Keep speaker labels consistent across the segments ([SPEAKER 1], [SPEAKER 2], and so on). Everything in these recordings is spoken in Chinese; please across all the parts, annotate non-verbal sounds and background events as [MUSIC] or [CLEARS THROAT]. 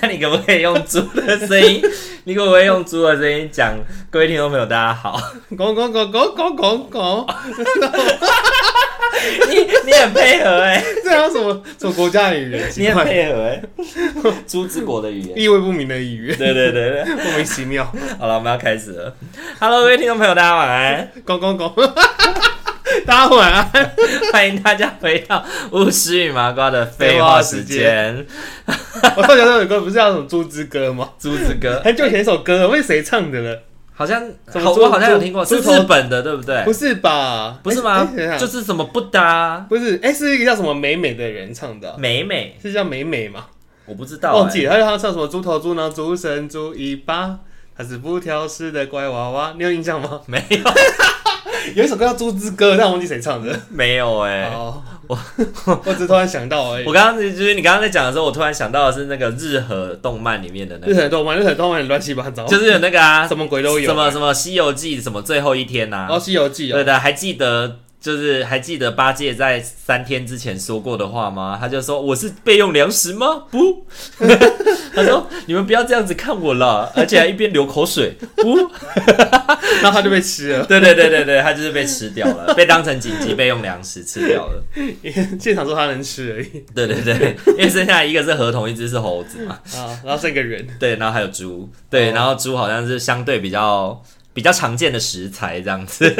[SPEAKER 1] 那你可不可以用猪的声音？你可不可以用猪的声音讲？各位听众朋友，大家好。
[SPEAKER 2] 拱拱拱拱拱拱拱，
[SPEAKER 1] [LAUGHS] 你你很配合哎、
[SPEAKER 2] 这还有什么什么国家的语言？
[SPEAKER 1] [LAUGHS] 你
[SPEAKER 2] 奇
[SPEAKER 1] 很
[SPEAKER 2] 怪，
[SPEAKER 1] 配合哎、猪之国的语言。
[SPEAKER 2] 意味不明的语言，
[SPEAKER 1] 对对对对，
[SPEAKER 2] 莫名其妙。
[SPEAKER 1] 好了，我们要开始了。Hello，各位听众朋友，大家晚 [LAUGHS] 安，
[SPEAKER 2] 拱拱拱， [LAUGHS] 大家晚安。
[SPEAKER 1] 欢迎大家回到巫师与麻瓜的废话时间。
[SPEAKER 2] 我上学那首歌不是叫什么《猪之歌》吗？
[SPEAKER 1] 猪之歌
[SPEAKER 2] 很久以前一首歌了，为谁唱的呢？
[SPEAKER 1] 好像
[SPEAKER 2] 什么
[SPEAKER 1] 好，
[SPEAKER 2] 猪
[SPEAKER 1] 我好像有听过，
[SPEAKER 2] 猪
[SPEAKER 1] 是
[SPEAKER 2] 猪头
[SPEAKER 1] 日本的，对不对
[SPEAKER 2] 不？是吧？
[SPEAKER 1] 哎不是啊
[SPEAKER 2] 哎
[SPEAKER 1] 吗
[SPEAKER 2] 哎等一下？
[SPEAKER 1] 就是什么不搭
[SPEAKER 2] 不是，哎，是一个叫什么美美的人唱的啊，
[SPEAKER 1] 美美，
[SPEAKER 2] 是叫美美吗？
[SPEAKER 1] 我不知道、哎
[SPEAKER 2] 忘记了，他他唱什么猪头猪脑猪神猪尾巴，他是不挑食的乖娃娃，你有印象吗？
[SPEAKER 1] [LAUGHS] 没有
[SPEAKER 2] [LAUGHS] 有一首歌叫《猪之歌》，但我忘记谁唱的。
[SPEAKER 1] 没有哎、
[SPEAKER 2] 哦，我 [LAUGHS] 我只突然想到而已
[SPEAKER 1] 我。刚刚就是你刚刚在讲的时候，我突然想到的是那个日和动漫里面的那
[SPEAKER 2] 日
[SPEAKER 1] 个，
[SPEAKER 2] 很多玩，日很多玩乱七八糟，
[SPEAKER 1] 就是有那个啊，
[SPEAKER 2] 什么鬼都有。
[SPEAKER 1] 什么什么《西游记》什么最后一天呐、
[SPEAKER 2] 然后《西游记》
[SPEAKER 1] 对
[SPEAKER 2] 哦，
[SPEAKER 1] 的，还记得就是还记得八戒在三天之前说过的话吗？他就说我是备用粮食吗？
[SPEAKER 2] [LAUGHS]
[SPEAKER 1] 不，他说你们不要这样子看我了，而且还一边流口水。不， [LAUGHS]
[SPEAKER 2] 然后他就被吃了。 [LAUGHS]
[SPEAKER 1] 对对对对对，他就是被吃掉了，被当成紧急备用粮食吃掉了。
[SPEAKER 2] 现场说他能吃而已
[SPEAKER 1] 对对对，因为剩下一个是河童，一只是猴子嘛。
[SPEAKER 2] 啊，然后剩一个人，
[SPEAKER 1] 对，然后还有猪，对，
[SPEAKER 2] 哦
[SPEAKER 1] 然后猪好像是相对比较比较常见的食材这样子。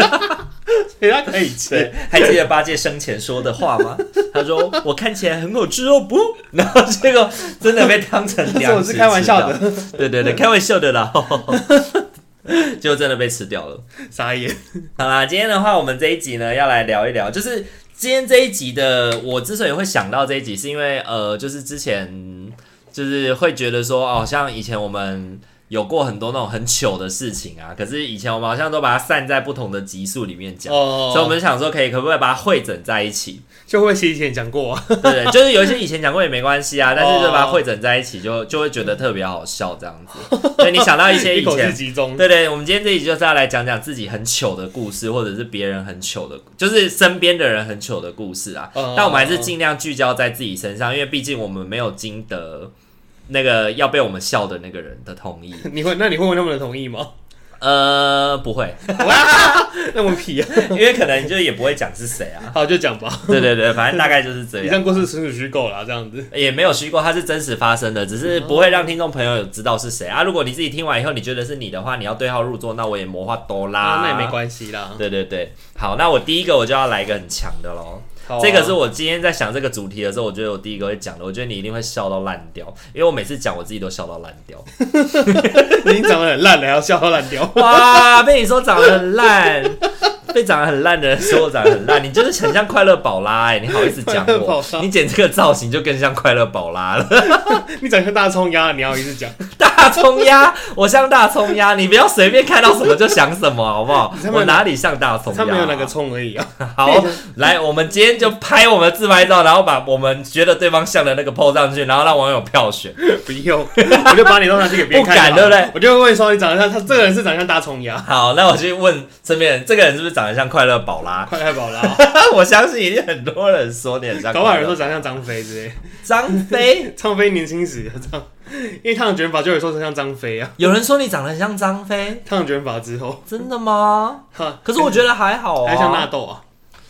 [SPEAKER 2] 所以他可以
[SPEAKER 1] 对
[SPEAKER 2] 吃。，
[SPEAKER 1] [LAUGHS] 还记得八戒生前说的话吗？ [LAUGHS] 他说：“我看起来很有吃肉不？” [LAUGHS] 然后结果真的被当 [LAUGHS] 成
[SPEAKER 2] 但是
[SPEAKER 1] 粮食
[SPEAKER 2] 我是开玩笑
[SPEAKER 1] 吃
[SPEAKER 2] 的，
[SPEAKER 1] [LAUGHS] 掉，对对对，开玩笑的啦。 [LAUGHS] 结果真的被吃掉了。
[SPEAKER 2] 傻眼。
[SPEAKER 1] 好啦，今天的话，我们这一集呢要来聊一聊，就是今天这一集的，我之所以会想到这一集，是因为呃，就是之前就是会觉得说，哦，像以前我们。有过很多那种很糗的事情啊，可是以前我们好像都把它散在不同的集数里面讲，所以我
[SPEAKER 2] 哦，
[SPEAKER 1] 们想说可以可不可以把它汇整在
[SPEAKER 2] [LAUGHS]
[SPEAKER 1] 一起？
[SPEAKER 2] 就会其实以前讲过啊，
[SPEAKER 1] 对不对，就是有一些以前讲过也没关系啊，但是就把它汇整在一起就，就会觉得特别好笑这样子。对你想到一些
[SPEAKER 2] [LAUGHS] 一
[SPEAKER 1] 以
[SPEAKER 2] 口气
[SPEAKER 1] 前。
[SPEAKER 2] 集中。
[SPEAKER 1] 对对，我们今天这一集就是要来讲讲自己很糗的故事，或者是别人很糗的，就是身边的人很糗的故事啊。
[SPEAKER 2] 哦
[SPEAKER 1] 但我们还是尽量聚焦在自己身上，因为毕竟我们没有经得那个要被我们笑的那个人的同意。
[SPEAKER 2] 你会那你会问他们的同意吗？
[SPEAKER 1] 呃，不会，
[SPEAKER 2] 那么屁啊！
[SPEAKER 1] 因为可能就也不会讲是谁啊。
[SPEAKER 2] 好，就讲吧。
[SPEAKER 1] 对对对，啊反正大概就是这
[SPEAKER 2] 你
[SPEAKER 1] 样
[SPEAKER 2] 这。样故事纯属虚构啦，这样子。
[SPEAKER 1] 也没有虚构，它是真实发生的，只是不会让听众朋友知道是谁啊。如果你自己听完以后你觉得是你的话，你要对号入座，那我也魔化多啦、
[SPEAKER 2] 啊，那也没关系啦。
[SPEAKER 1] 对对对，好，那我第一个我就要来一个很强的喽。
[SPEAKER 2] 好啊 [LAUGHS]
[SPEAKER 1] 这个是我今天在想这个主题的时候，我觉得我第一个会讲的，我觉得你一定会笑到烂掉，因为我每次讲我自己都笑到烂
[SPEAKER 2] [LAUGHS]
[SPEAKER 1] 掉。
[SPEAKER 2] 你已经长得很烂了，还要笑到烂掉。
[SPEAKER 1] 哇，被你说长得很烂， [LAUGHS] 被长得很烂的人说我长得很烂，你就是很像快乐宝拉哎、你好意思讲
[SPEAKER 2] 快乐宝
[SPEAKER 1] 我
[SPEAKER 2] 拉？
[SPEAKER 1] 你剪这个造型就更像快乐宝拉了。 [LAUGHS]
[SPEAKER 2] 你长得像大葱鸭，你要一直讲。
[SPEAKER 1] 大葱鸭，我像大葱鸭，你不要随便看到什么就想什么，好不好
[SPEAKER 2] 你上？面
[SPEAKER 1] 我哪里像大葱鸭、
[SPEAKER 2] 他
[SPEAKER 1] 啊？
[SPEAKER 2] 没有那个葱而已啊。 [LAUGHS]
[SPEAKER 1] 好，来，我们今天就拍我们的自拍照，然后把我们觉得对方像的那个 PO 上去，然后让网友票选。
[SPEAKER 2] 不用，我就把你弄上去给别人看。
[SPEAKER 1] 不敢对不对？
[SPEAKER 2] 我就会问说你长得像他，这个人是长得像大葱鸭，
[SPEAKER 1] 好，那我去问身边人，这个人是不是长得像快乐宝拉？
[SPEAKER 2] [LAUGHS]
[SPEAKER 1] [LAUGHS]
[SPEAKER 2] 快太饱啦、啊。
[SPEAKER 1] 我相信一定很多人说你很像
[SPEAKER 2] 搞不好有
[SPEAKER 1] 快
[SPEAKER 2] 人
[SPEAKER 1] 乐
[SPEAKER 2] 说长得像张飞之类。
[SPEAKER 1] 张飞。
[SPEAKER 2] 张飞年轻时张，因为烫卷发就有人说像张飞啊。
[SPEAKER 1] 有人说你长得很像张飞，
[SPEAKER 2] 烫卷发之后，
[SPEAKER 1] 真的吗？
[SPEAKER 2] 哈，
[SPEAKER 1] 可是我觉得还好
[SPEAKER 2] [LAUGHS]
[SPEAKER 1] 啊，
[SPEAKER 2] 还像纳豆啊。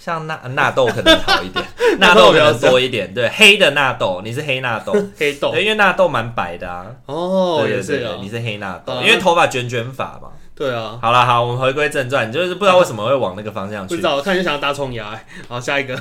[SPEAKER 1] 像纳纳豆可能好一点，
[SPEAKER 2] [LAUGHS] 纳
[SPEAKER 1] 纳
[SPEAKER 2] 豆
[SPEAKER 1] 豆
[SPEAKER 2] 比
[SPEAKER 1] 比
[SPEAKER 2] 较
[SPEAKER 1] 较多一点。对，黑的纳豆，你是黑纳
[SPEAKER 2] [LAUGHS]
[SPEAKER 1] 豆，
[SPEAKER 2] 黑豆
[SPEAKER 1] 对，因为纳豆蛮白的啊。
[SPEAKER 2] 哦，
[SPEAKER 1] 哎
[SPEAKER 2] 也
[SPEAKER 1] 对对对
[SPEAKER 2] 是啊
[SPEAKER 1] 对，你，是黑纳豆，
[SPEAKER 2] 嗯
[SPEAKER 1] 因为头发卷卷发嘛。
[SPEAKER 2] 对啊，
[SPEAKER 1] 好啦，好，我们回归正传，就是不知道为什么会往那个方向
[SPEAKER 2] 不
[SPEAKER 1] 去
[SPEAKER 2] 知，道，我突然就想要大葱牙、欸。好，下一个，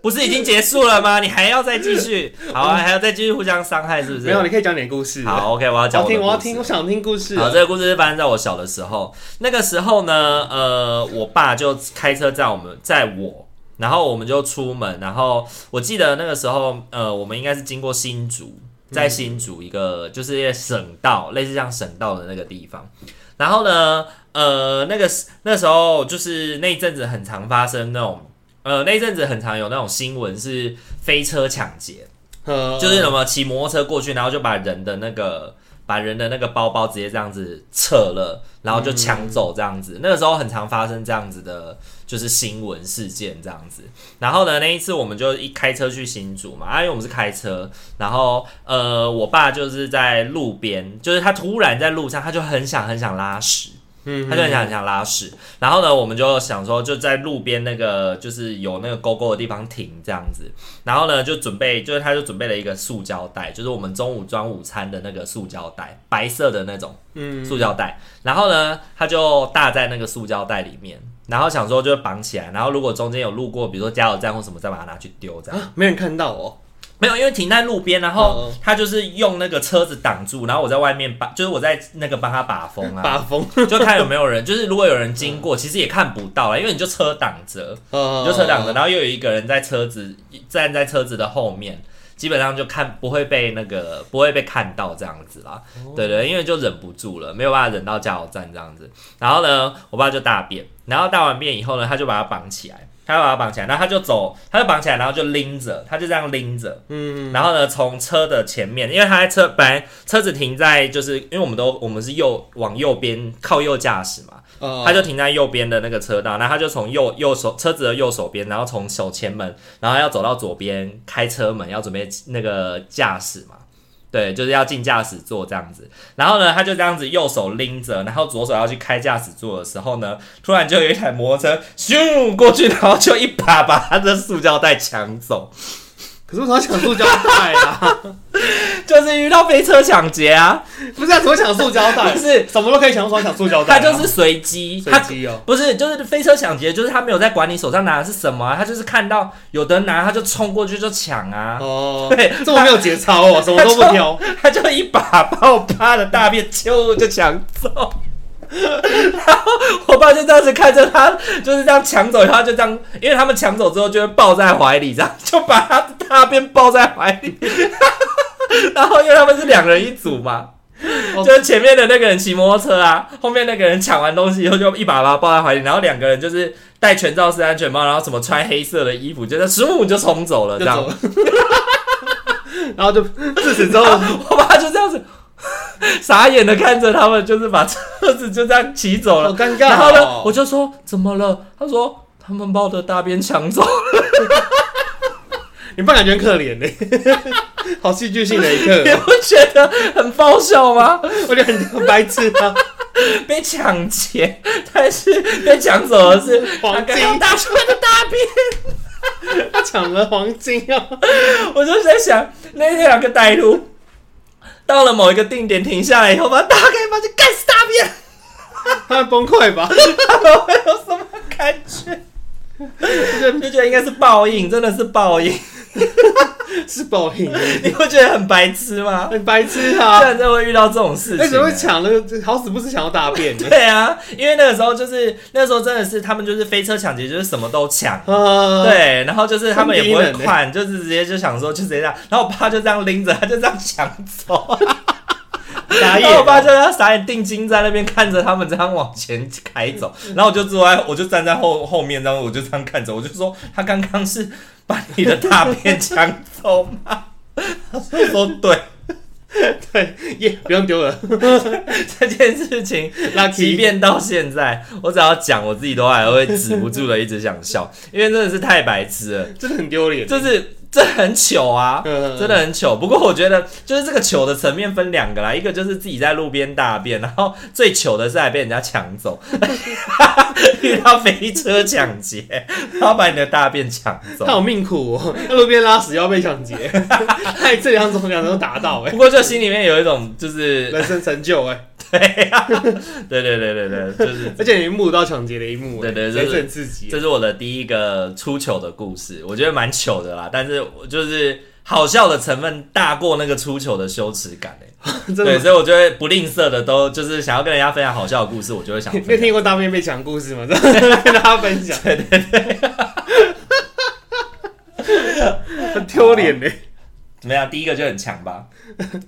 [SPEAKER 1] 不是已经结束了吗？你还要再继续？好啊，还要再继续互相伤害，是不
[SPEAKER 2] 没有，
[SPEAKER 1] 是？
[SPEAKER 2] 你可以讲点故事。，
[SPEAKER 1] 好，OK，我要
[SPEAKER 2] 我
[SPEAKER 1] 讲
[SPEAKER 2] 要
[SPEAKER 1] 我的
[SPEAKER 2] 听，我要
[SPEAKER 1] 故事
[SPEAKER 2] 听，我想听故事啊。
[SPEAKER 1] 好，这个故事是发生在我小的时候。那个时候呢，呃，我爸就开车载我们，载我然后我们就出门，然后我记得那个时候，呃，我们应该是经过新竹，在新竹一个就是省道，类似像省道的那个地方。然后呢，呃，那个时那时候就是那一阵子很常发生那种，呃，那一阵子很常有那种新闻是飞车抢劫，
[SPEAKER 2] 呃，
[SPEAKER 1] 就是什么骑摩托车过去，然后就把人的那个把人的那个包包直接这样子扯了，然后就抢走这样子。那个时候很常发生这样子的，就是新闻事件这样子。然后呢，那一次我们就一开车去新竹嘛，啊，因为我们是开车，然后呃，我爸就是在路边，就是他突然在路上，他就很想很想拉屎。
[SPEAKER 2] 嗯，
[SPEAKER 1] 他就很想很想拉屎，然后呢，我们就想说就在路边那个就是有那个沟沟的地方停这样子，然后呢就准备就是他就准备了一个塑胶袋，就是我们中午装午餐的那个塑胶袋，白色的那种
[SPEAKER 2] 嗯
[SPEAKER 1] 塑胶袋，然后呢他就搭在那个塑胶袋里面，然后想说就绑起来，然后如果中间有路过，比如说加油站或什么，再把它拿去丢这样。
[SPEAKER 2] 没人看到哦，
[SPEAKER 1] 没有，因为停在路边，然后
[SPEAKER 2] 嗯
[SPEAKER 1] 他就是用那个车子挡住，然后我在外面把，就是我在那个帮他把风啊，
[SPEAKER 2] 把风，
[SPEAKER 1] [LAUGHS] 就看有没有人，就是如果有人经过，其实也看不到啊了，因为你就车挡着，
[SPEAKER 2] 呃
[SPEAKER 1] 你就车挡着，然后又有一个人在车子站在车子的后面，基本上就看不会被那个不会被看到这样子啦。
[SPEAKER 2] 哦
[SPEAKER 1] 对对，因为就忍不住了，没有办法忍到加油站这样子。然后呢，我爸就大便，然后大完便以后呢，他就把它绑起来，他就把它绑起来，然后他就走，他就绑起来，然后就拎着，他就这样拎着。
[SPEAKER 2] 嗯，
[SPEAKER 1] 然后呢，从车的前面，因为他在车本来车子停在，就是因为我们都我们是右往右边靠右驾驶嘛，
[SPEAKER 2] 呃
[SPEAKER 1] 他就停在右边的那个车道，然后他就从右右手车子的右手边，然后从手前门，然后要走到左边开车门，要准备那个驾驶嘛，对，就是要进驾驶座这样子。然后呢，他就这样子右手拎着，然后左手要去开驾驶座的时候呢，突然就有一台摩托车咻过去，然后就一把把他的塑胶袋抢走。
[SPEAKER 2] 可是我想抢塑胶袋啊，
[SPEAKER 1] 就是遇到飞车抢劫啊，
[SPEAKER 2] [LAUGHS] 不是啊，怎么抢塑胶 [LAUGHS] 袋？
[SPEAKER 1] 不是
[SPEAKER 2] 什么都可以抢，我想抢塑胶袋
[SPEAKER 1] 他
[SPEAKER 2] 啊，
[SPEAKER 1] 就是随机，
[SPEAKER 2] 随
[SPEAKER 1] 他
[SPEAKER 2] 机哦，
[SPEAKER 1] 不是就是飞车抢劫，就是他没有在管你手上拿的是什么啊、他就是看到有的人拿，他就冲过去就抢啊，
[SPEAKER 2] 哦，
[SPEAKER 1] 对，
[SPEAKER 2] 这么没有节操 [LAUGHS] 哦，什么都不挑，
[SPEAKER 1] 他就一把把我爸的大便揪就抢走。然后我爸就这样子看着他，就是这样抢走，然后就这样，因为他们抢走之后就会抱在怀里，这样就把他的大便抱在怀里。 [LAUGHS] 然后因为他们是两人一组嘛，
[SPEAKER 2] 哦
[SPEAKER 1] 就是前面的那个人骑摩托车啊，后面那个人抢完东西以后就一把把他抱在怀里，然后两个人就是戴全罩式安全帽，然后什么穿黑色的衣服，就在咻就冲走了，这
[SPEAKER 2] 就
[SPEAKER 1] 样
[SPEAKER 2] 走。了， [LAUGHS] 然后就自此之 [LAUGHS] 后，
[SPEAKER 1] 我爸就这样子傻眼的看着他们，就是把车子就这样骑走
[SPEAKER 2] 好
[SPEAKER 1] 了。
[SPEAKER 2] 尴尬哦。
[SPEAKER 1] 然后呢，我就说怎么了？他说他们把我的大便抢走。 [LAUGHS]
[SPEAKER 2] 你爸感觉很可怜呢， [LAUGHS] 好戏剧性的一刻
[SPEAKER 1] 你，
[SPEAKER 2] [LAUGHS]
[SPEAKER 1] 不觉得很爆笑吗？
[SPEAKER 2] 我觉得很很白痴啊，
[SPEAKER 1] 被抢劫，但是被抢走的是
[SPEAKER 2] 黄
[SPEAKER 1] 他
[SPEAKER 2] 金
[SPEAKER 1] 刚刚打出来的大便。
[SPEAKER 2] 他抢了黄金啊，
[SPEAKER 1] 我就在想，那天两个歹徒到了某一个定点停下来以后，把它打开发现，干是大便，
[SPEAKER 2] 他们崩溃吧？ [LAUGHS]
[SPEAKER 1] 他们会有什么感觉？ [LAUGHS]
[SPEAKER 2] 我
[SPEAKER 1] 就觉得应该是报应，真的是报应。 [LAUGHS]
[SPEAKER 2] 觉得是报应耶，
[SPEAKER 1] 你不觉得很白痴吗？
[SPEAKER 2] 很白痴 [LAUGHS]
[SPEAKER 1] 居
[SPEAKER 2] 啊！
[SPEAKER 1] 然真的会遇到这种事情、
[SPEAKER 2] 为什么会
[SPEAKER 1] 欸
[SPEAKER 2] 抢那个？好死不死抢到大便呢？[LAUGHS]
[SPEAKER 1] [LAUGHS] 对啊，因为那个时候就是那时候真的是他们就是飞车抢劫，就是什么都抢。
[SPEAKER 2] 啊，，
[SPEAKER 1] 对，然后就是他们也不会
[SPEAKER 2] 很低能欸
[SPEAKER 1] 看，就是直接就想说就直接这样，然后我爸就这样拎着，他就这样抢走，
[SPEAKER 2] 打
[SPEAKER 1] 然
[SPEAKER 2] 野哦
[SPEAKER 1] 后我爸就这样傻眼定睛在那边看着他们这样往前开走，
[SPEAKER 2] 嗯
[SPEAKER 1] 然后我就坐在我就站在后后面，然后我就这样看着，我就说他刚刚是把你的大便抢走吗？ [LAUGHS] 他说对，
[SPEAKER 2] [LAUGHS] 对，耶，不用丢了
[SPEAKER 1] 这件事情即
[SPEAKER 2] ，lucky，
[SPEAKER 1] 便到现在，我只要讲我自己都还会止不住的一直想笑，因为真的是太白痴了，
[SPEAKER 2] 真的很丢脸，
[SPEAKER 1] 就是这很糗啊，
[SPEAKER 2] 嗯
[SPEAKER 1] 真的很糗。不过我觉得就是这个糗的层面分两个啦，一个就是自己在路边大便，然后最糗的是还被人家抢走， [LAUGHS] 遇到飞车抢劫，然后把你的大便抢走
[SPEAKER 2] [LAUGHS] 他。好命苦哦，在路边拉屎要被抢劫， [LAUGHS] 他这两种两种都达到哎
[SPEAKER 1] 不，过就心里面有一种就
[SPEAKER 2] [LAUGHS]
[SPEAKER 1] 是，
[SPEAKER 2] 人生成就哎，
[SPEAKER 1] 对对对对对，就是
[SPEAKER 2] 而且你目睹到抢劫的一幕哎，
[SPEAKER 1] 对对
[SPEAKER 2] 真
[SPEAKER 1] 这
[SPEAKER 2] 是
[SPEAKER 1] 是
[SPEAKER 2] 很刺激
[SPEAKER 1] 这是我的第一个出糗的故事，我觉得蛮糗的啦，但是我就是好笑的成分大过那个出糗的羞耻感、欸、
[SPEAKER 2] 哎，真
[SPEAKER 1] 对，
[SPEAKER 2] 的。
[SPEAKER 1] 所以我就会不吝啬的都就是想要跟人家分享好笑的故事，我就会
[SPEAKER 2] [LAUGHS]
[SPEAKER 1] 想
[SPEAKER 2] 你
[SPEAKER 1] 分
[SPEAKER 2] 有
[SPEAKER 1] 享。
[SPEAKER 2] [LAUGHS] 听过大便被抢的故事吗？跟大家分享。很丢脸嘞，
[SPEAKER 1] 怎么样？第一个就很强吧，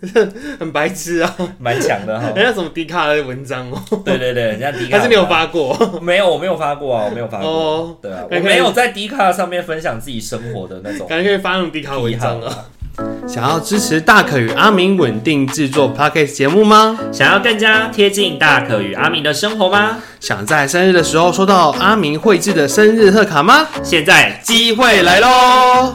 [SPEAKER 2] [LAUGHS] 很白痴啊！
[SPEAKER 1] 蛮强的哈。
[SPEAKER 2] 人家什么迪卡的文章哦，
[SPEAKER 1] 对对对，人家迪卡
[SPEAKER 2] 还是没有发过
[SPEAKER 1] 没有，我没有发过啊，我没有发过。
[SPEAKER 2] 哦，
[SPEAKER 1] 对啊，我
[SPEAKER 2] 那可以
[SPEAKER 1] 没有在迪卡上面分享自己生活的那种
[SPEAKER 2] 感觉可以发那种迪卡文
[SPEAKER 1] 癖好
[SPEAKER 2] 章啊。。想要支持大可与阿明稳定制作 podcast 节目吗？
[SPEAKER 1] 想要更加贴近大可与阿明的生活吗？
[SPEAKER 2] 想在生日的时候收到阿明绘制的生日贺卡吗？
[SPEAKER 1] 现在
[SPEAKER 2] 机会来喽！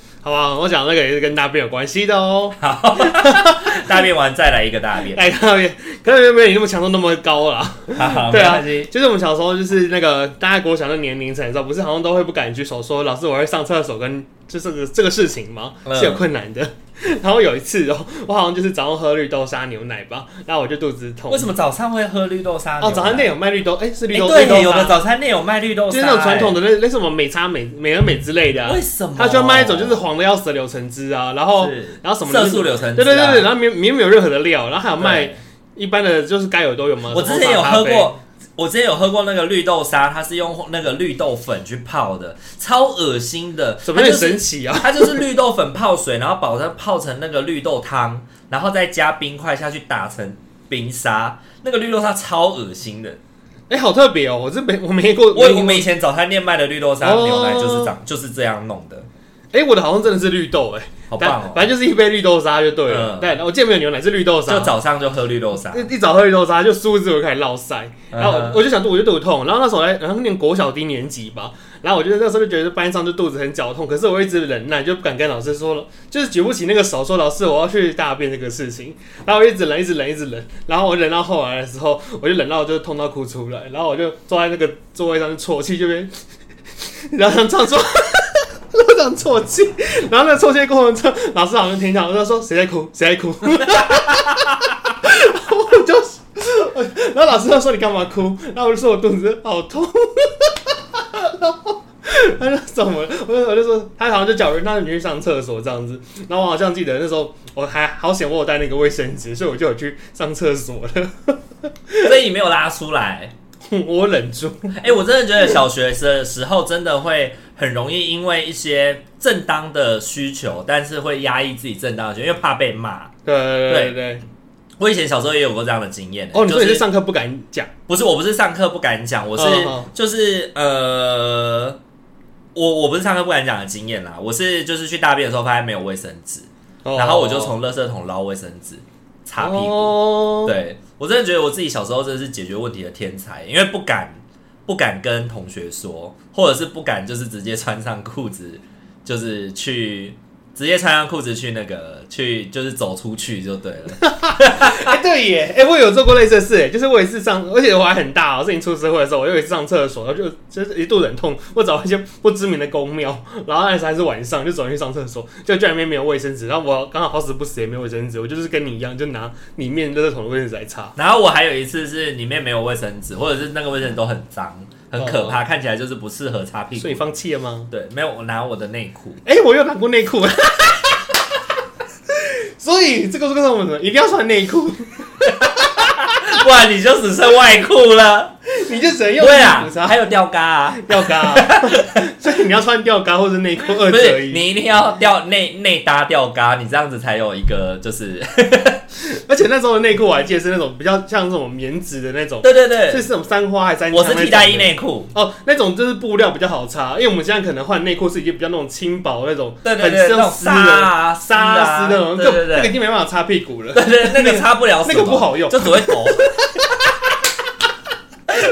[SPEAKER 2] 好吧，我想那个也是跟大便有关系的哦。
[SPEAKER 1] [LAUGHS] 好，大便完再来一个大便。
[SPEAKER 2] 哎，大便可能没有你那么强度那么高啦。
[SPEAKER 1] 好，
[SPEAKER 2] 对啊
[SPEAKER 1] 哦没关系
[SPEAKER 2] 就是我们小时候，就是那个大家国小的年龄层的时候，不是好像都会不敢举手说老师我会上厕所跟就这个这个事情吗？
[SPEAKER 1] 嗯
[SPEAKER 2] 是有困难的。 [LAUGHS] 然后有一次哦，我好像就是早上喝绿豆沙牛奶吧，然后我就肚子痛。
[SPEAKER 1] 为什么早上会喝绿豆沙牛奶？
[SPEAKER 2] 哦，早餐店有卖绿豆，哎、是绿
[SPEAKER 1] 哎
[SPEAKER 2] 豆、
[SPEAKER 1] 对
[SPEAKER 2] 绿豆
[SPEAKER 1] 耶，
[SPEAKER 2] 沙，
[SPEAKER 1] 有的早餐店有卖绿豆沙，
[SPEAKER 2] 就是那种传统
[SPEAKER 1] 的。
[SPEAKER 2] 的类类似什么美差美美而美之类的、啊
[SPEAKER 1] 为，什么？
[SPEAKER 2] 他就卖一种就是黄的要死的柳橙汁啊，然后
[SPEAKER 1] 是
[SPEAKER 2] 然后什么
[SPEAKER 1] 色素柳橙汁
[SPEAKER 2] 对
[SPEAKER 1] 啊
[SPEAKER 2] 对对对，然后明明明没有任何的料，然后还有卖
[SPEAKER 1] 对
[SPEAKER 2] 一般的就是该有都有嘛。
[SPEAKER 1] 我之
[SPEAKER 2] 什
[SPEAKER 1] 前
[SPEAKER 2] 么
[SPEAKER 1] 有
[SPEAKER 2] 法咖
[SPEAKER 1] 喝
[SPEAKER 2] 啡，
[SPEAKER 1] 过，我之前有喝过那个绿豆沙，它是用那个绿豆粉去泡的，超恶心的。
[SPEAKER 2] 怎么
[SPEAKER 1] 它
[SPEAKER 2] 很
[SPEAKER 1] 就是
[SPEAKER 2] 神奇啊？
[SPEAKER 1] 它就是绿豆粉泡水，然后把它泡成那个绿豆汤，然后再加冰块下去打成冰沙。那个绿豆沙超恶心的，
[SPEAKER 2] 哎、好特别哦！我这没我没过，
[SPEAKER 1] 我我
[SPEAKER 2] 没
[SPEAKER 1] 们以前早餐店卖的绿豆沙
[SPEAKER 2] 哦
[SPEAKER 1] 牛奶就是长就是这样弄的，
[SPEAKER 2] 哎、我的好像真的是绿豆哎、
[SPEAKER 1] 好棒
[SPEAKER 2] 但
[SPEAKER 1] 哦！
[SPEAKER 2] 反正就是一杯绿豆沙就对了。
[SPEAKER 1] 嗯
[SPEAKER 2] 对，我记得没有牛奶是绿豆沙，
[SPEAKER 1] 就早上就喝绿豆沙，
[SPEAKER 2] 一一早喝绿豆沙就梳子我就开始落腮，
[SPEAKER 1] [LAUGHS]
[SPEAKER 2] 然后
[SPEAKER 1] 嗯
[SPEAKER 2] 我
[SPEAKER 1] 哼
[SPEAKER 2] 我就想我就肚子痛，然后那时候来，然后念国小低年级吧，然后我就那时候就觉得班上就肚子很绞痛，可是我一直忍耐，就不敢跟老师说了，就是举不起那个手说老师我要去大便这个事情，然后我一直忍一直忍一直忍，然后我忍到后来的时候，我就忍到就痛到哭出来，然后我就坐在那个座位上就啜泣，这边， [LAUGHS] 然后想唱说。 [LAUGHS] 然后想啜泣，然后那啜泣过程中，老师好像听到，他说谁在哭，谁在哭， [LAUGHS] 我就然后老师就说你干嘛哭？然后我就说我肚子好痛，然后他就怎么了？我就我就说他好像就叫我那你去上厕所这样子。然后我好像记得那时候我还好险我有带那个卫生纸，所以我就有去上厕所了。 [LAUGHS]
[SPEAKER 1] 所以你没有拉出来。
[SPEAKER 2] 我忍住，
[SPEAKER 1] 哎、我真的觉得小学的时候真的会很容易因为一些正当的需求，但是会压抑自己正当的需求，因为怕被骂。
[SPEAKER 2] 对对对对。
[SPEAKER 1] 我以前小时候也有过这样的经验、欸
[SPEAKER 2] 哦，你
[SPEAKER 1] 就
[SPEAKER 2] 说你是
[SPEAKER 1] 是
[SPEAKER 2] 上课不敢讲，
[SPEAKER 1] 不是我不是上课不敢讲，我是、
[SPEAKER 2] 嗯嗯
[SPEAKER 1] 就是呃，我我不是上课不敢讲的经验啦，我是就是去大便的时候发现没有卫生纸，
[SPEAKER 2] 哦
[SPEAKER 1] 然后我就从垃圾桶捞卫生纸擦屁股。
[SPEAKER 2] 哦，
[SPEAKER 1] 对我真的觉得我自己小时候真的是解决问题的天才，因为不敢不敢跟同学说，或者是不敢就是直接穿上裤子，就是去直接穿上裤子去那个去就是走出去就
[SPEAKER 2] [LAUGHS]
[SPEAKER 1] 对了。
[SPEAKER 2] 哎、对耶，哎、我有做过类似的事，哎，就是我也是上，而且我还很大、哦，是你出社会的时候，我有一次上厕所，然后就就是一度忍痛，我找一些不知名的公庙，然后那时候还是晚上，就走进去上厕所，就居然面没有卫生纸，然后我刚好好死不死也没有卫生纸，我就是跟你一样，就拿里面垃圾桶的卫生纸来擦，
[SPEAKER 1] 然后我还有一次是里面没有卫生纸，或者是那个卫生纸都很脏，很可怕，看起来就是不适合擦屁股
[SPEAKER 2] 哦所以你。放弃了吗？
[SPEAKER 1] 对，没有，我拿我的内裤。 [LAUGHS]
[SPEAKER 2] 哎、我有拿过内裤。 [LAUGHS] 所以这个是告诉我们什么？一定要穿内裤，
[SPEAKER 1] 不然你就只剩外裤
[SPEAKER 2] [LAUGHS]
[SPEAKER 1] 了。
[SPEAKER 2] 你就只能用
[SPEAKER 1] 对啊
[SPEAKER 2] 衣服，擦
[SPEAKER 1] 还有吊嘎啊，
[SPEAKER 2] 吊嘎啊、 [LAUGHS] 所以你要穿吊嘎或者内裤二
[SPEAKER 1] 不
[SPEAKER 2] [LAUGHS] 择
[SPEAKER 1] 是
[SPEAKER 2] 一。
[SPEAKER 1] 你一定要吊内内搭吊嘎，你这样子才有一个就是
[SPEAKER 2] [LAUGHS] 而且那时候的内裤我还记得是那种比较像这种棉质的那种，
[SPEAKER 1] 对对
[SPEAKER 2] 是
[SPEAKER 1] 对，
[SPEAKER 2] 是那种三花还是三？
[SPEAKER 1] 我是替代衣。内裤。
[SPEAKER 2] 哦，那种就是布料比较好擦，因为我们现在可能换内裤是已经比较那种轻薄那种，
[SPEAKER 1] 对对
[SPEAKER 2] 很
[SPEAKER 1] 对，那
[SPEAKER 2] 像
[SPEAKER 1] 种
[SPEAKER 2] 丝
[SPEAKER 1] 纱
[SPEAKER 2] 的
[SPEAKER 1] 啊
[SPEAKER 2] 纱啊丝那种，
[SPEAKER 1] 对对
[SPEAKER 2] 那个已
[SPEAKER 1] 对，
[SPEAKER 2] 经没办法擦屁股了。
[SPEAKER 1] 对哦对那个擦不了手，
[SPEAKER 2] 那个不好用
[SPEAKER 1] 就只会抖。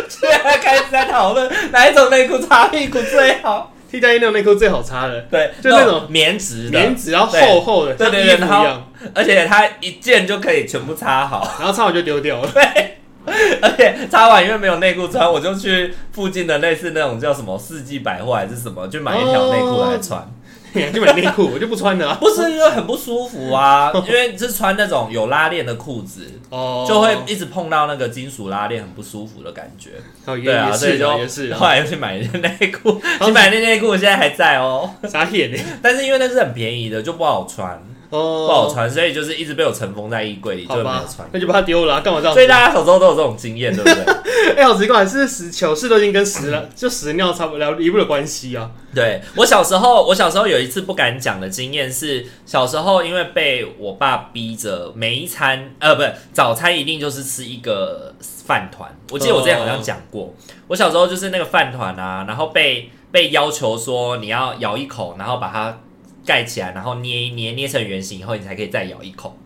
[SPEAKER 1] 现在 [LAUGHS] 开始在讨论哪一种内裤擦屁股最好。
[SPEAKER 2] [LAUGHS] 替代衣那种内裤最好擦了，
[SPEAKER 1] 对，
[SPEAKER 2] 就那种
[SPEAKER 1] 棉质的
[SPEAKER 2] 棉，质然后
[SPEAKER 1] 对
[SPEAKER 2] 厚厚的，
[SPEAKER 1] 对
[SPEAKER 2] 像
[SPEAKER 1] 对
[SPEAKER 2] 衣
[SPEAKER 1] 对
[SPEAKER 2] 服一
[SPEAKER 1] 然后
[SPEAKER 2] 样，
[SPEAKER 1] 而且它一件就可以全部擦好。 [LAUGHS]
[SPEAKER 2] 然后擦完就丢掉了。
[SPEAKER 1] 对，而且擦完因为没有内裤穿，我就去附近的类似那种叫什么四季百货还是什么，去买一条内裤来穿。
[SPEAKER 2] 你还去买内裤， [LAUGHS] 我就不穿了啊。
[SPEAKER 1] 不是因为很不舒
[SPEAKER 2] [LAUGHS]
[SPEAKER 1] 服啊，因为是穿那种有拉链的裤子，
[SPEAKER 2] 哦，
[SPEAKER 1] [LAUGHS] 就会一直碰到那个金属拉链，很不舒服的感觉。
[SPEAKER 2] 哦也
[SPEAKER 1] 对啊，
[SPEAKER 2] 也
[SPEAKER 1] 所以
[SPEAKER 2] 是啊，
[SPEAKER 1] 就
[SPEAKER 2] 也是
[SPEAKER 1] 后
[SPEAKER 2] 啊，
[SPEAKER 1] 来又去买一件内裤，去买那件内裤，现在还在哦。
[SPEAKER 2] 傻眼呢。
[SPEAKER 1] 但是因为那是很便宜的，就不好穿，
[SPEAKER 2] 哦，
[SPEAKER 1] 不好，穿，所以就是一直被我尘封在衣柜里，就
[SPEAKER 2] 好
[SPEAKER 1] 没有
[SPEAKER 2] 吧
[SPEAKER 1] 穿，。
[SPEAKER 2] 那就把它丢了啊，干嘛这样
[SPEAKER 1] 所以
[SPEAKER 2] 子？
[SPEAKER 1] 大家手中都有这种经验，对不对？
[SPEAKER 2] 哎，好奇怪，是屎糗事都已经跟屎了，就屎尿差不了离不了关系啊。
[SPEAKER 1] 对我小时候，我小时候有一次不敢讲的经验是，小时候因为被我爸逼着每一餐，呃，不，早餐一定就是吃一个饭团。我记得我之前好像讲过，
[SPEAKER 2] 哦
[SPEAKER 1] 我小时候就是那个饭团啊，然后被被要求说你要咬一口，然后把它盖起来，然后捏一捏，捏成圆形以后，你才可以再咬一
[SPEAKER 2] 哦
[SPEAKER 1] 口。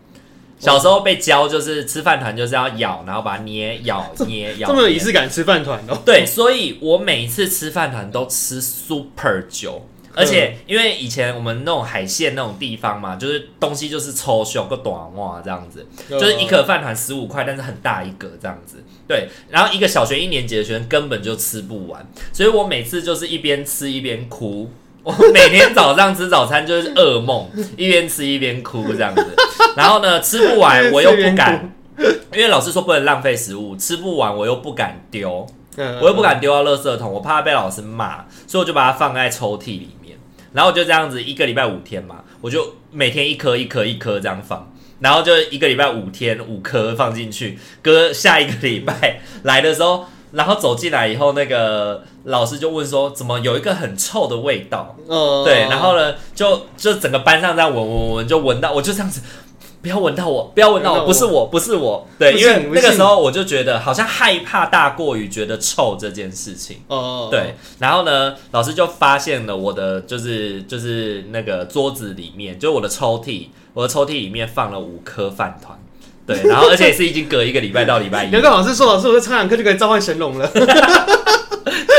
[SPEAKER 1] 小时候被教就是吃饭团就是要咬，然后把它捏
[SPEAKER 2] [LAUGHS]
[SPEAKER 1] 咬捏咬，
[SPEAKER 2] 这么有
[SPEAKER 1] 捏
[SPEAKER 2] 仪式感吃饭团哦。
[SPEAKER 1] 对，所以我每次吃饭团都吃 super 久，而且因为以前我们那种海鲜那种地方嘛，就是东西就是抽胸个短袜这样子，就是一颗饭团十五块，但是很大一个这样子。对，然后一个小学一年级的学生根本就吃不完，所以我每次就是一边吃一边哭。我每天早上吃早餐就是噩梦，一边吃一边哭这样子。然后呢，吃不完我又不敢，因为老师说不能浪费食物，吃不完我又不敢丢。
[SPEAKER 2] 嗯，
[SPEAKER 1] 我又不敢丢到垃圾桶，我怕被老师骂，所以我就把它放在抽屉里面。然后我就这样子一个礼拜五天嘛，我就每天一颗一颗一颗这样放，然后就一个礼拜五天五颗放进去。隔下一个礼拜来的时候，然后走进来以后，那个老师就问说，怎么有一个很臭的味道？
[SPEAKER 2] 嗯，
[SPEAKER 1] 对，然后呢，就就整个班上这样闻闻闻，就闻到我就这样子，不要闻到我，不要闻到我，
[SPEAKER 2] 不
[SPEAKER 1] 不
[SPEAKER 2] 要
[SPEAKER 1] 是
[SPEAKER 2] 闻
[SPEAKER 1] 我，不是我，对，
[SPEAKER 2] 不
[SPEAKER 1] 因
[SPEAKER 2] 信
[SPEAKER 1] 为
[SPEAKER 2] 不
[SPEAKER 1] 那个
[SPEAKER 2] 信
[SPEAKER 1] 时候我就觉得好像害怕大过于觉得臭这件事情。
[SPEAKER 2] 哦，
[SPEAKER 1] 对，然后呢，老师就发现了我的就是就是那个桌子里面，就是我的抽屉，我的抽屉里面放了五颗饭团，对，然后而且是已经隔一个礼拜到礼
[SPEAKER 2] [LAUGHS]
[SPEAKER 1] 拜一
[SPEAKER 2] 难，怪老师说老师我在唱两课就可以召唤神龙了， [LAUGHS]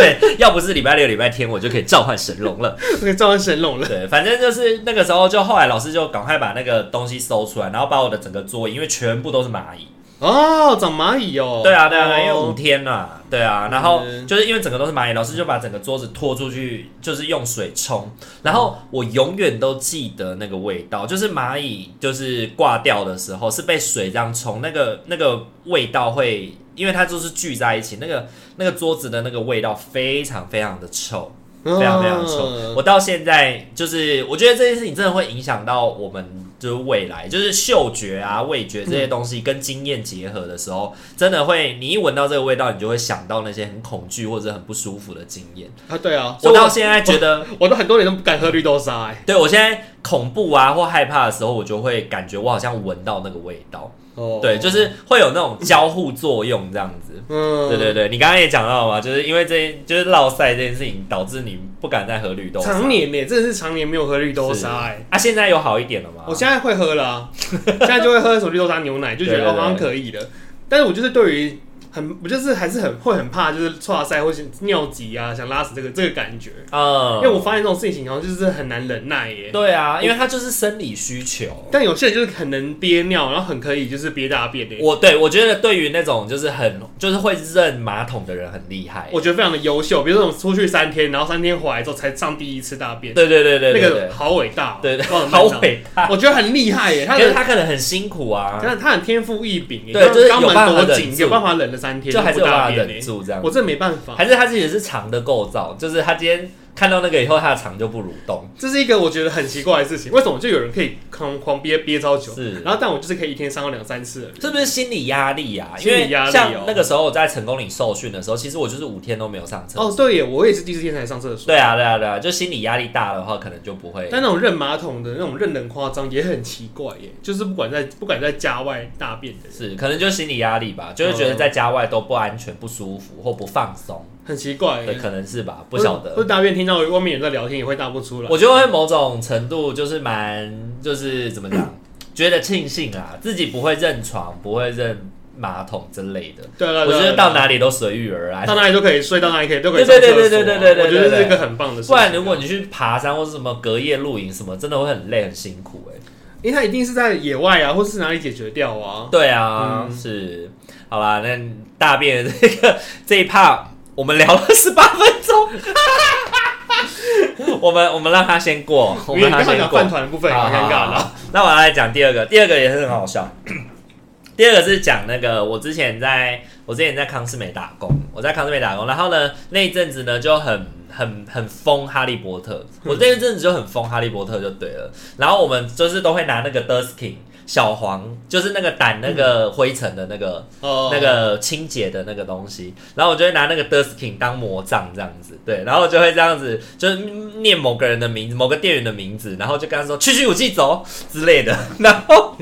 [SPEAKER 1] 对，要不是礼拜六礼拜天我就可以召唤神龙了。
[SPEAKER 2] 可以召唤神龙了。
[SPEAKER 1] [LAUGHS] 对，反正就是那个时候，就后来老师就赶快把那个东西搜出来，然后把我的整个桌椅，因为全部都是蚂蚁。
[SPEAKER 2] 哦，长蚂蚁哦。
[SPEAKER 1] 对啊，对啊，对啊因为五
[SPEAKER 2] 哦
[SPEAKER 1] 天呐、啊，对啊，然后
[SPEAKER 2] 嗯
[SPEAKER 1] 就是因为整个都是蚂蚁，老师就把整个桌子拖出去，就是用水冲。然后我永远都记得那个味道，就是蚂蚁就是挂掉的时候是被水这样冲，那个那个味道会，因为它就是聚在一起，那个那个桌子的那个味道非常非常的臭。非常非常臭。
[SPEAKER 2] 嗯
[SPEAKER 1] 我到现在就是，我觉得这件事情真的会影响到我们就是未来，就是嗅觉啊、味觉这
[SPEAKER 2] 嗯
[SPEAKER 1] 些东西跟经验结合的时候，真的会，你一闻到这个味道，你就会想到那些很恐惧或者很不舒服的经验。
[SPEAKER 2] 啊，对啊，
[SPEAKER 1] 我
[SPEAKER 2] 所以
[SPEAKER 1] 到现在觉得，
[SPEAKER 2] 我都很多年都不敢喝绿豆沙哎。
[SPEAKER 1] 对我现在恐怖啊或害怕的时候，我就会感觉我好像闻到那个味道，
[SPEAKER 2] 哦
[SPEAKER 1] 对，就是会有那种交互作用这样子。
[SPEAKER 2] 嗯，
[SPEAKER 1] 对对对，你刚刚也讲到嘛，就是因为这就是落塞这件事情，导致你不敢再喝绿豆沙。
[SPEAKER 2] 常年呢，真的是常年没有喝绿豆沙哎。
[SPEAKER 1] 啊，现在有好一点了吗？
[SPEAKER 2] 我现在会喝了、
[SPEAKER 1] [LAUGHS]
[SPEAKER 2] 啊，现在就会喝手绿豆沙牛奶，就觉
[SPEAKER 1] 对
[SPEAKER 2] 得
[SPEAKER 1] 对
[SPEAKER 2] 哦
[SPEAKER 1] 对
[SPEAKER 2] 好像可以的。但是我就是对于很，我就是还是很会很怕，就是错塞或是尿急啊，想拉屎这个这个感觉。
[SPEAKER 1] 嗯，
[SPEAKER 2] 因为我发现这种事情好像就是很难忍耐耶。
[SPEAKER 1] 对啊，因为它就是生理需求。
[SPEAKER 2] 但有些人就是很能憋尿，然后很可以就是憋大便的。
[SPEAKER 1] 我对我觉得对于那种就是很就是会认马桶的人很厉害。
[SPEAKER 2] 我觉得非常的优秀，比如说我们出去三天，然后三天回来之后才上第一次大便，
[SPEAKER 1] 对对对对对
[SPEAKER 2] 那个好伟大、哦，
[SPEAKER 1] 对对对
[SPEAKER 2] 不知道怎么
[SPEAKER 1] 好
[SPEAKER 2] 办到，
[SPEAKER 1] 伟大，
[SPEAKER 2] 我觉得很厉害耶。他
[SPEAKER 1] 因为
[SPEAKER 2] 的
[SPEAKER 1] 他可能很辛苦啊，
[SPEAKER 2] 他他很天赋异禀耶，
[SPEAKER 1] 对就是有
[SPEAKER 2] 肛
[SPEAKER 1] 办法
[SPEAKER 2] 门多
[SPEAKER 1] 忍
[SPEAKER 2] 紧，
[SPEAKER 1] 住
[SPEAKER 2] 有办法忍了三天
[SPEAKER 1] 就还是
[SPEAKER 2] 不
[SPEAKER 1] 有
[SPEAKER 2] 大
[SPEAKER 1] 办法
[SPEAKER 2] 便
[SPEAKER 1] 忍
[SPEAKER 2] 耶
[SPEAKER 1] 住这样
[SPEAKER 2] 我。真的没办法。
[SPEAKER 1] 还是他自己是肠的构造，就是他今天看到那个以后，他的肠就不蠕动。
[SPEAKER 2] 这是一个我觉得很奇怪的事情，为什么就有人可以狂狂憋憋超久？
[SPEAKER 1] 是
[SPEAKER 2] 然后但我就是可以一天上到两三次的人。
[SPEAKER 1] 是不是心理压力啊？因
[SPEAKER 2] 心
[SPEAKER 1] 为
[SPEAKER 2] 理压力哦
[SPEAKER 1] 像那个时候我在成功岭受训的时候，其实我就是五天都没有上厕所。
[SPEAKER 2] 哦，对耶，我也是第四天才上厕所。
[SPEAKER 1] 对啊，对啊，对啊，就心理压力大的话，可能就不会。
[SPEAKER 2] 但那种认马桶的那种认人夸张也很奇怪耶，就是不管在不管在家外大便的人，
[SPEAKER 1] 是，可能就心理压力吧，就会觉得在家外都不安全、不舒服或不放松，
[SPEAKER 2] 很奇怪
[SPEAKER 1] 对，
[SPEAKER 2] 耶。
[SPEAKER 1] 可能是吧，不晓
[SPEAKER 2] 或者
[SPEAKER 1] 得。
[SPEAKER 2] 大便听到外面有人在聊天也会大不出来。
[SPEAKER 1] 我就会某种程度就是蛮，就是怎么讲，觉得庆幸啦，自己不会认床，不会认马桶之类的。
[SPEAKER 2] 对了，
[SPEAKER 1] 我
[SPEAKER 2] 对
[SPEAKER 1] 觉
[SPEAKER 2] 啊
[SPEAKER 1] 得到？
[SPEAKER 2] 对啊
[SPEAKER 1] 哪里都随遇而安
[SPEAKER 2] 到。哪里都可以睡，到哪里可以都可以上
[SPEAKER 1] 对
[SPEAKER 2] 厕所
[SPEAKER 1] 对
[SPEAKER 2] 啊。
[SPEAKER 1] 对对对对对
[SPEAKER 2] 我觉得
[SPEAKER 1] 对
[SPEAKER 2] 这是
[SPEAKER 1] 对
[SPEAKER 2] 一个很棒的事情。啊
[SPEAKER 1] 不然，如果你去爬山或是什么隔夜露营什么，真的会很累很辛苦哎、
[SPEAKER 2] 因为它一定是在野外啊，或是哪里解决掉啊。
[SPEAKER 1] 对啊，
[SPEAKER 2] 嗯
[SPEAKER 1] 是。好啦，那大便的这个 [LAUGHS] 这一 part 我们聊了 [LAUGHS] 十八分钟， [LAUGHS] 我们我们让他先过，我
[SPEAKER 2] 因
[SPEAKER 1] 们
[SPEAKER 2] 为
[SPEAKER 1] 让他
[SPEAKER 2] 刚刚
[SPEAKER 1] 先
[SPEAKER 2] 讲
[SPEAKER 1] 过
[SPEAKER 2] 饭。团的部分也蛮尴
[SPEAKER 1] 好
[SPEAKER 2] 尬
[SPEAKER 1] 好
[SPEAKER 2] 的啊。
[SPEAKER 1] 好那我来讲第二个，第二个也是很好笑。 [CLEARS THROAT] 第二个是讲那个，我之前在我之前在康斯美打工，我在康斯美打工，然后呢那一阵子呢就很很很疯哈利波特，
[SPEAKER 2] 嗯
[SPEAKER 1] 我那一阵子就很疯哈利波特就对了。然后我们就是都会拿那个 Duskin 小黄，就是那个掸那个灰尘的那个。
[SPEAKER 2] 哦
[SPEAKER 1] 那个清洁的那个东西，然后我就会拿那个 Dustin 当魔杖这样子，对，然后我就会这样子，就是念某个人的名字，某个店员的名字，然后就跟他说“去去武器走”之类的。 [LAUGHS] 然后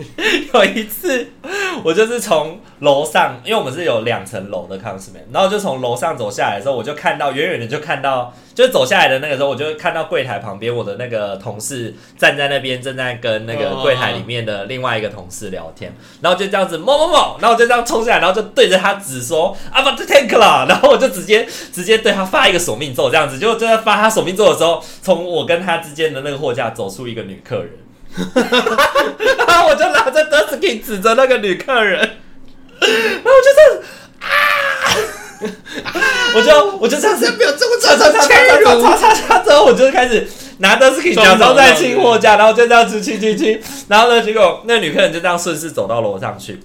[SPEAKER 1] 有一次， [LAUGHS] 我就是从楼上，因为我们是有两层楼的 c o n s m a n 然后就从楼上走下来的时候，我就看到远远的就看到，就是走下来的那个时候，我就看到柜台旁边我的那个同事站在那边，正在跟那个柜台里面的另外一个同事聊天。然后就这样子某某某，然后我就这样冲下来，然后就对着他指说啊，把这 tank 啦，然后我就直接直接对他发一个索命咒，这样子，就就在发他索命咒的时候，从我跟他之间的那个货架走出一个女客人，然 [LAUGHS] 后我就拿着 d u s k y 指着那个女客人， [LAUGHS] 然后我就这样子啊， [LAUGHS] 我就我就这样子
[SPEAKER 2] 没有这么
[SPEAKER 1] 擦擦擦擦擦擦擦擦之后，我就开始拿着 skin 假装在清货架，然后就这样子清清清，然后呢，结果那女客人就这样顺势走到楼上去。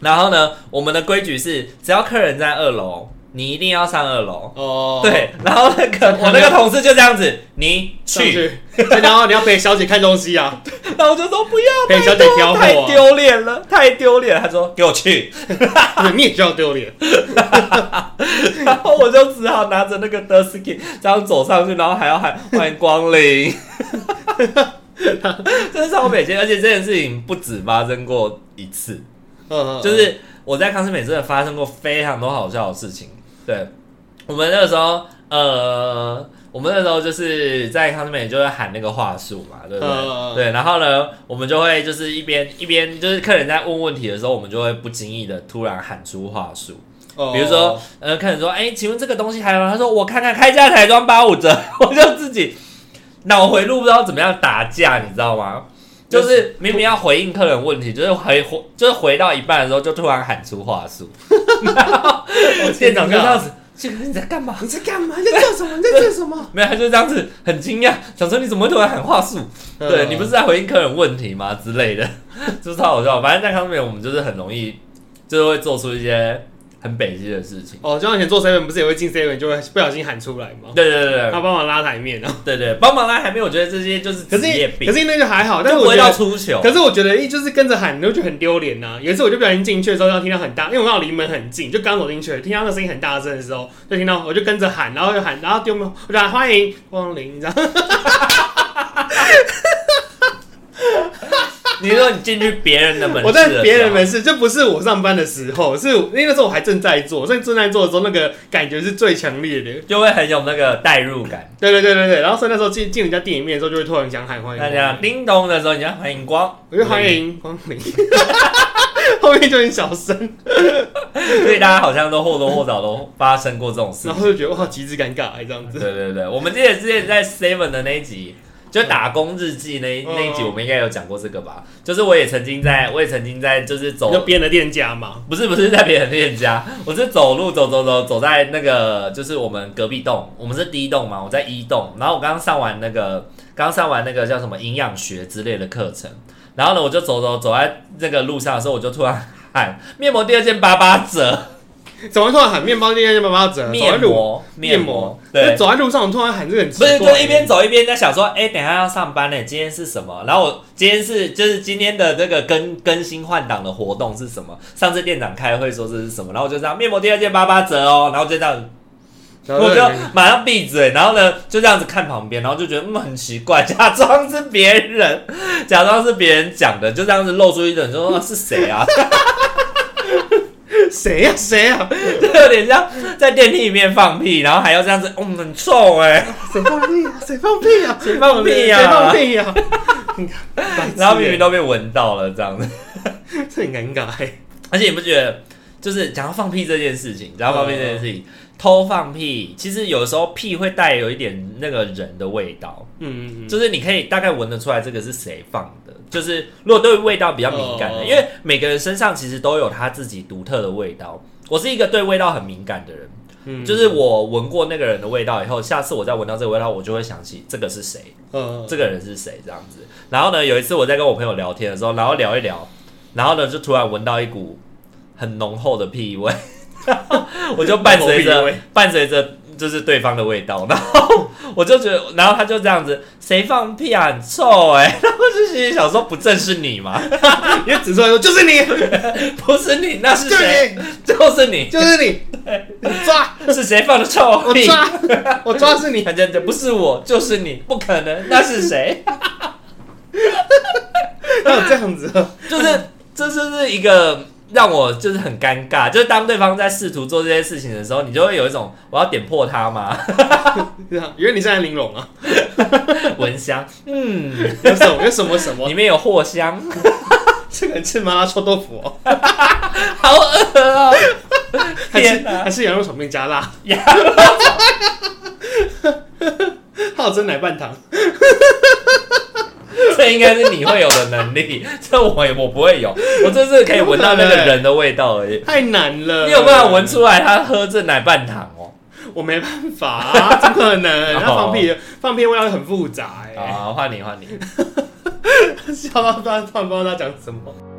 [SPEAKER 1] 然后呢，我们的规矩是，只要客人在二楼，你一定要上二楼。
[SPEAKER 2] 哦，
[SPEAKER 1] 对，然后那个我那个同事就这样子，你
[SPEAKER 2] 上
[SPEAKER 1] 去， [LAUGHS]
[SPEAKER 2] 去，然后你要陪小姐看东西啊，
[SPEAKER 1] 然后我就说不要，
[SPEAKER 2] 陪小姐
[SPEAKER 1] 拜托
[SPEAKER 2] 挑货啊
[SPEAKER 1] 太丢脸了，太丢脸了。他说给我去，
[SPEAKER 2] 对你也知道丢脸，
[SPEAKER 1] 然后我就只好拿着那个 d u s k y 这样走上去，然后还要喊欢迎光临，
[SPEAKER 2] [LAUGHS]
[SPEAKER 1] [LAUGHS] 真是超北京，而且这件事情不止发生过一次，
[SPEAKER 2] 嗯，嗯
[SPEAKER 1] 就是我在康斯美真的发生过非常多好笑的事情。对，我们那个时候，呃，我们那时候就是在康斯美就会喊那个话术嘛，对不对？
[SPEAKER 2] 嗯
[SPEAKER 1] 对，然后呢，我们就会就是一边一边就是客人在问问题的时候，我们就会不经意的突然喊出话术。
[SPEAKER 2] 哦
[SPEAKER 1] 比如说，呃，客人说，哎、请问这个东西还有吗？他说，我看看开价台装八五折， [LAUGHS] 我就自己脑回路不知道怎么样打架，你知道吗？就是明明要回应客人问题，就是回回就是回到一半的时候，就突然喊出话术，
[SPEAKER 2] 哦
[SPEAKER 1] 然后 [LAUGHS] 店长就这样子，这个人在干嘛？
[SPEAKER 2] 你在干嘛？你在做什么？你在做什么？
[SPEAKER 1] 没有，他就这样子很惊讶，想说你怎么会突然喊话术？对你不是在回应客人问题吗之类的， [LAUGHS] 就是超好笑。反正在康面我们就是很容易，就是会做出一些很北极的事情。
[SPEAKER 2] 哦，就像以前做 seven 不是也会进 seven 就会不小心喊出来吗？
[SPEAKER 1] 对对对对
[SPEAKER 2] 他，帮忙拉台面啊，
[SPEAKER 1] 对对，帮忙拉海面，我觉得这些就是
[SPEAKER 2] 可
[SPEAKER 1] 职
[SPEAKER 2] 是
[SPEAKER 1] 业病，
[SPEAKER 2] 可是那就还好，但是
[SPEAKER 1] 就不
[SPEAKER 2] 我
[SPEAKER 1] 会
[SPEAKER 2] 觉
[SPEAKER 1] 到
[SPEAKER 2] 得。
[SPEAKER 1] 出糗。
[SPEAKER 2] 可是我觉得一就是跟着喊，你就觉得很丢脸啊呐。有一次我就不小心进去的时候，然后听到很大，因为我刚好离门很近，就刚走进去，听到那声音很大声的时候，就听到我就跟着喊，然后就喊，然后丢门，我就喊欢迎光临，你知道吗？
[SPEAKER 1] 你说你进去别人的门市，
[SPEAKER 2] 我在别人，门市，这不是我上班的时候，是因为那时候我还正在做，我正正在做的时候，那个感觉是最强烈的。
[SPEAKER 1] 就会很有那个代入感。
[SPEAKER 2] 对对对对对，然后所以那时候进进人家店里面的时候，就会突然想喊欢迎
[SPEAKER 1] 那
[SPEAKER 2] 光
[SPEAKER 1] 这
[SPEAKER 2] 临，
[SPEAKER 1] 样叮咚的时候，你要欢迎光，
[SPEAKER 2] 我就欢迎光
[SPEAKER 1] [LAUGHS]
[SPEAKER 2] 临，后面就很小声，
[SPEAKER 1] 对，所以大家好像都或多或少都发生过这种事
[SPEAKER 2] [LAUGHS] 然。后就觉得哇，极致尴尬，还这样
[SPEAKER 1] 对
[SPEAKER 2] 子。
[SPEAKER 1] 对对，我们之前之前在 Seven 的那一集，就打工日记那一
[SPEAKER 2] 嗯
[SPEAKER 1] 那一集，我们应该有讲过这个吧？就是我也曾经在，我也曾经在，就是走
[SPEAKER 2] 你就编了店家嘛，
[SPEAKER 1] [LAUGHS] 不是不是在别人店家，我是走路走走走走在那个就是我们隔壁栋，我们是第一栋嘛，我在一栋，然后我刚刚上完那个刚上完那个叫什么营养学之类的课程，然后呢我就走走走在那个路上的时候，我就突然喊面膜第二件八八折，
[SPEAKER 2] 怎么突然喊面包店家妈妈折？走在
[SPEAKER 1] 面
[SPEAKER 2] 路，
[SPEAKER 1] 膜
[SPEAKER 2] 面
[SPEAKER 1] 面
[SPEAKER 2] 膜
[SPEAKER 1] 膜，对
[SPEAKER 2] 就。走在路上，突然喊这个很奇
[SPEAKER 1] 不
[SPEAKER 2] 怪。
[SPEAKER 1] 是，就一边走一边在想说，哎、等一下要上班呢，今天是什么？然后我今天是就是今天的这个更更新换档的活动是什么？上次店长开会说这是什么？然后我就这样，面膜第二件八八折哦，然后就这样，
[SPEAKER 2] 然后
[SPEAKER 1] 我
[SPEAKER 2] 就
[SPEAKER 1] 就马上闭嘴，然后呢就这样子看旁边，然后就觉得嗯很奇怪， [LAUGHS] 假装是别人，假装是别人讲的，就这样子露出一种说、啊、是谁啊？
[SPEAKER 2] [LAUGHS]
[SPEAKER 1] [LAUGHS]
[SPEAKER 2] 谁呀谁呀，
[SPEAKER 1] 就有点像在电梯里面放屁，然后还要这样子，嗯很臭哎、
[SPEAKER 2] 谁放屁啊？谁放屁啊？
[SPEAKER 1] 谁放屁
[SPEAKER 2] 谁
[SPEAKER 1] 呀、
[SPEAKER 2] 放屁啊呀？你看白痴
[SPEAKER 1] [LAUGHS] 然后明明
[SPEAKER 2] 欸
[SPEAKER 1] 都被闻到了这样子。
[SPEAKER 2] 这很尴尬欸。嗯
[SPEAKER 1] 而且你不觉得，就是讲到放屁这件事情，讲到放屁这件事情，偷放屁，其实有时候屁会带有一点那个人的味道，
[SPEAKER 2] 嗯嗯嗯，
[SPEAKER 1] 就是你可以大概闻得出来这个是谁放的。就是如果对味道比较敏感的，
[SPEAKER 2] 哦
[SPEAKER 1] 因为每个人身上其实都有他自己独特的味道。我是一个对味道很敏感的人，
[SPEAKER 2] 嗯
[SPEAKER 1] 就是我闻过那个人的味道以后，下次我再闻到这个味道，我就会想起这个是谁。
[SPEAKER 2] 呃，
[SPEAKER 1] 这个人是谁这样子。然后呢，有一次我在跟我朋友聊天的时候，然后聊一聊，然后呢就突然闻到一股很浓厚的屁味， [LAUGHS] 我就伴随
[SPEAKER 2] 浓厚屁
[SPEAKER 1] 着
[SPEAKER 2] 味
[SPEAKER 1] 伴随着就是对方的味道，然后我就觉得，然后他就这样子，谁放屁啊，很臭哎、 [LAUGHS] 然后就心里想说，不正是你吗？
[SPEAKER 2] 因为指出来说就是
[SPEAKER 1] [LAUGHS]
[SPEAKER 2] 你，
[SPEAKER 1] 不是你，那是
[SPEAKER 2] 就
[SPEAKER 1] 谁？
[SPEAKER 2] 是你，
[SPEAKER 1] 就是你，
[SPEAKER 2] 就是你，你抓
[SPEAKER 1] 是谁放的臭
[SPEAKER 2] 我
[SPEAKER 1] 屁？
[SPEAKER 2] 抓我抓是你，
[SPEAKER 1] 反正这不是我，就是你，不可能，那是谁？
[SPEAKER 2] 还有这样子哦，
[SPEAKER 1] 就是这就是一个让我就是很尴尬，就是当对方在试图做这些事情的时候，你就会有一种我要点破他吗？
[SPEAKER 2] 这样，因为你现在玲珑啊，
[SPEAKER 1] [LAUGHS] 蚊香，嗯，
[SPEAKER 2] 有什么有什么什么，
[SPEAKER 1] 里面有藿香， [LAUGHS]
[SPEAKER 2] 这个人吃麻辣臭豆腐哦，
[SPEAKER 1] 好恶哦、
[SPEAKER 2] 还是
[SPEAKER 1] 天哪
[SPEAKER 2] 还是羊肉炒面加
[SPEAKER 1] [LAUGHS]
[SPEAKER 2] 辣，
[SPEAKER 1] 羊
[SPEAKER 2] 还有蒸奶半糖，
[SPEAKER 1] 这应该是你会有的能力，这我也我不会有，我就是可以闻到那个人的味道而已。
[SPEAKER 2] 太难了，
[SPEAKER 1] 你有办法闻？出来他喝这奶半糖哦、
[SPEAKER 2] 我没办法、啊，怎么可能？
[SPEAKER 1] 哦
[SPEAKER 2] 他放屁，放屁味道 [LAUGHS] 很复杂哎、
[SPEAKER 1] 好，换你换你。
[SPEAKER 2] 笑到不知道突然不知道他讲什么。